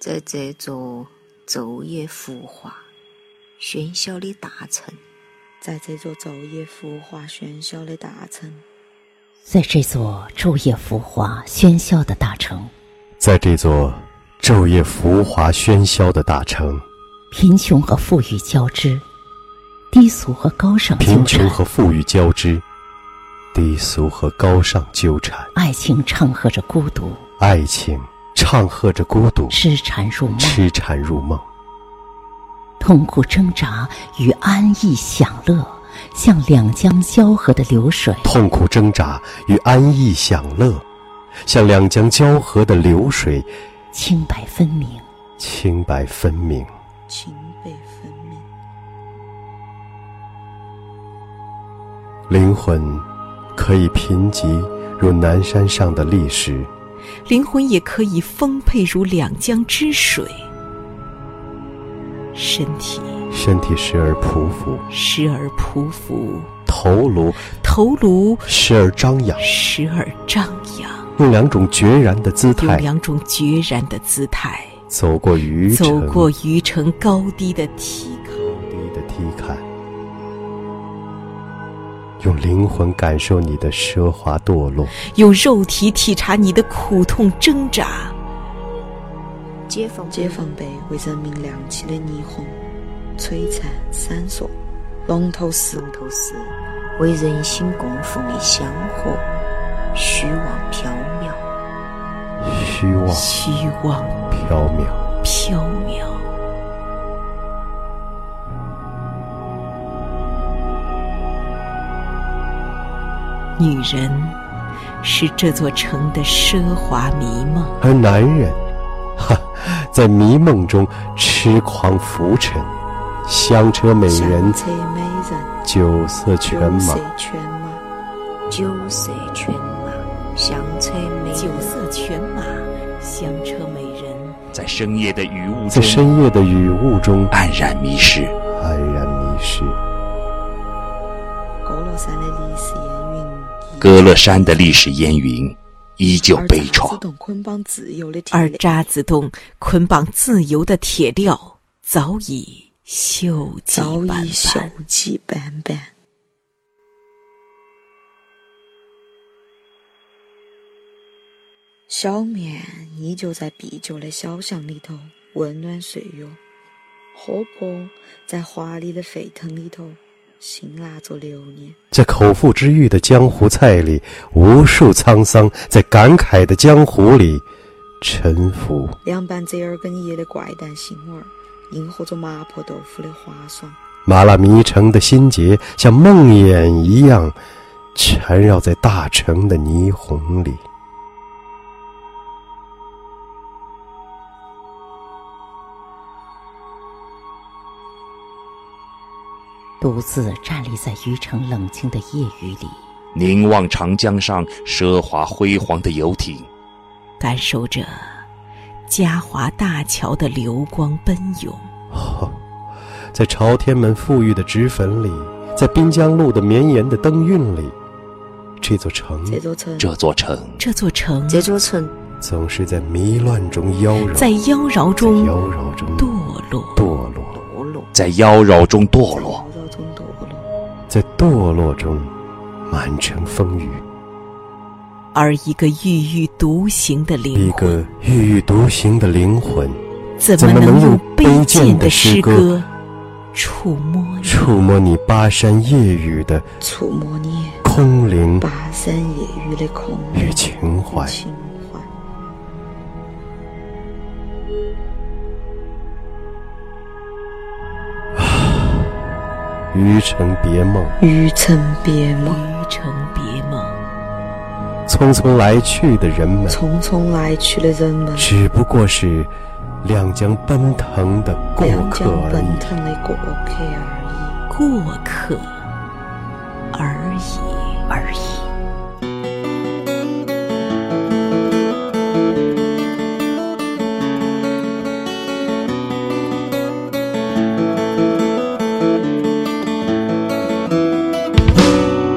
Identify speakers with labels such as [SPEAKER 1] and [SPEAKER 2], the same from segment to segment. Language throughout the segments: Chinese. [SPEAKER 1] 在这座昼夜浮华、喧嚣的大城，
[SPEAKER 2] 在这座昼夜浮华喧嚣的大城，
[SPEAKER 3] 在这座昼夜浮华喧嚣的大城，
[SPEAKER 4] 在这座昼夜浮华喧嚣的大城，
[SPEAKER 3] 贫穷和富裕交织，低俗和高尚纠缠，
[SPEAKER 4] 贫穷和富裕交织，低俗和高尚纠缠，
[SPEAKER 3] 爱情唱和着孤独，
[SPEAKER 4] 爱情唱和着孤独，
[SPEAKER 3] 痴缠入梦，
[SPEAKER 4] 痴缠入梦，
[SPEAKER 3] 痛苦挣扎与安逸享乐像两江交合的流水，
[SPEAKER 4] 痛苦挣扎与安逸享乐，像两江交合的流水，
[SPEAKER 3] 清白分明。
[SPEAKER 4] 清白分明。
[SPEAKER 2] 情被分明。
[SPEAKER 4] 灵魂可以贫瘠如南山上的砾石，
[SPEAKER 5] 灵魂也可以丰沛如两江之水，身体
[SPEAKER 4] 身体时而匍匐，
[SPEAKER 5] 时而匍匐，
[SPEAKER 4] 头颅
[SPEAKER 5] 头颅
[SPEAKER 4] 时而张扬，
[SPEAKER 5] 时而张扬，
[SPEAKER 4] 用两种决然的姿
[SPEAKER 5] 有
[SPEAKER 4] 态
[SPEAKER 5] 两种决然的姿态，
[SPEAKER 4] 走过愚
[SPEAKER 5] 走
[SPEAKER 4] 城
[SPEAKER 5] 过鱼城高低的梯坎。
[SPEAKER 4] 高低的梯坎，用灵魂感受你的奢华堕落，
[SPEAKER 5] 用肉体体察你的苦痛挣扎，
[SPEAKER 1] 解放
[SPEAKER 2] 解放碑为人民亮起的霓虹，璀璨闪烁。龙头寺
[SPEAKER 1] 龙头寺为人心供奉的香火，虚妄缥缈。
[SPEAKER 4] 虚妄
[SPEAKER 5] 虚妄
[SPEAKER 4] 缥缈，
[SPEAKER 5] 缥缈。女人是这座城的奢华迷梦，
[SPEAKER 4] 而男人，哈，在迷梦中痴狂浮沉，香车美人
[SPEAKER 2] 香，车美人，
[SPEAKER 4] 酒色犬马
[SPEAKER 2] 酒，色犬马，
[SPEAKER 1] 酒色犬马，香车美
[SPEAKER 5] 酒
[SPEAKER 1] 人，
[SPEAKER 5] 色犬马，香车美人，
[SPEAKER 6] 在深夜的雨雾
[SPEAKER 4] 在
[SPEAKER 6] 中
[SPEAKER 4] 深夜的雨雾中
[SPEAKER 6] 黯然迷失。
[SPEAKER 4] 黯然迷失。
[SPEAKER 2] 歌乐山的历史烟云，
[SPEAKER 6] 歌乐山的历史烟云依旧
[SPEAKER 2] 而
[SPEAKER 6] 悲
[SPEAKER 2] 杂
[SPEAKER 6] 怆
[SPEAKER 2] 志，洞捆绑自由的铁
[SPEAKER 5] 而
[SPEAKER 2] 链
[SPEAKER 5] 渣滓洞捆绑自由的铁镣早已锈迹
[SPEAKER 2] 早
[SPEAKER 5] 斑
[SPEAKER 2] 已锈
[SPEAKER 5] 斑。
[SPEAKER 2] 迹斑斑。小冕依旧在闭旧的小巷里头温暖岁月，河泊在华丽的沸腾里头辛辣着流年。
[SPEAKER 4] 在口腹之欲的江湖菜里，无数沧桑在感慨的江湖里沉浮。
[SPEAKER 2] 凉拌折耳根叶的怪诞腥味儿，迎合着麻婆豆腐的滑爽。
[SPEAKER 4] 麻辣迷城的心结像梦魇一样缠绕在大城的霓虹里。
[SPEAKER 3] 独自站立在渔城冷清的夜雨里，
[SPEAKER 6] 凝望长江上奢华辉煌的游艇，
[SPEAKER 5] 感受着嘉华大桥的流光奔涌，
[SPEAKER 4] 哦，在朝天门馥郁的脂粉里，在滨江路的绵延的灯韵里，这座城
[SPEAKER 2] 这座城
[SPEAKER 6] 这座城
[SPEAKER 5] 这座城
[SPEAKER 1] 这座城
[SPEAKER 4] 总是在迷乱中妖娆，
[SPEAKER 5] 在妖娆
[SPEAKER 4] 在
[SPEAKER 5] 中
[SPEAKER 4] 妖娆中
[SPEAKER 5] 堕落。
[SPEAKER 4] 堕落，
[SPEAKER 1] 堕落，
[SPEAKER 6] 在妖娆中堕落，
[SPEAKER 2] 缭绕中堕落。
[SPEAKER 4] 在堕落中满城风雨。
[SPEAKER 5] 而一个郁郁独行的
[SPEAKER 4] 一
[SPEAKER 5] 灵
[SPEAKER 4] 个
[SPEAKER 5] 魂，
[SPEAKER 4] 郁郁独行的灵魂，
[SPEAKER 5] 怎
[SPEAKER 4] 怎么能
[SPEAKER 5] 用
[SPEAKER 4] 用
[SPEAKER 5] 卑
[SPEAKER 4] 卑
[SPEAKER 5] 贱
[SPEAKER 4] 贱
[SPEAKER 5] 的
[SPEAKER 4] 的诗歌
[SPEAKER 5] 歌触摸你？
[SPEAKER 4] 触摸你巴山夜雨的
[SPEAKER 2] 触摸你
[SPEAKER 4] 空灵
[SPEAKER 2] 巴山夜雨的空
[SPEAKER 4] 与情怀。
[SPEAKER 2] 情怀。
[SPEAKER 4] 渔城别梦，
[SPEAKER 2] 余城别梦，
[SPEAKER 5] 渔城别梦，
[SPEAKER 4] 匆匆来去的人们，
[SPEAKER 2] 匆匆来去的人们，
[SPEAKER 4] 只不过是两江奔腾的过
[SPEAKER 2] 两
[SPEAKER 4] 客
[SPEAKER 2] 江
[SPEAKER 4] 而
[SPEAKER 2] 奔
[SPEAKER 4] 已。
[SPEAKER 2] 腾的过客而
[SPEAKER 5] 过客而已，而已。
[SPEAKER 7] 我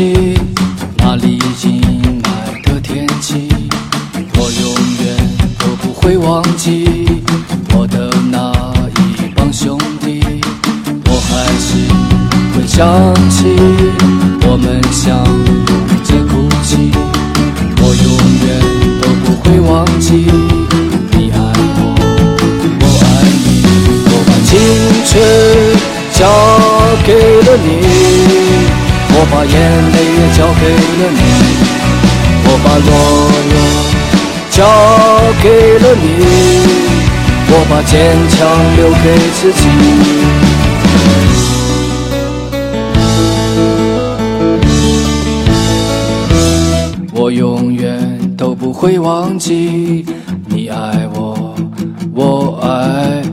[SPEAKER 7] 里阴霾的天气，我永远都不会忘记我的那一帮兄弟。我还是会想起我们相拥着哭泣，我永远都不会忘记你爱我，我爱你，我把青春交给了你。我把眼泪也交给了你，我把懦弱交给了你，我把坚强留给自己。我永远都不会忘记你爱我，我爱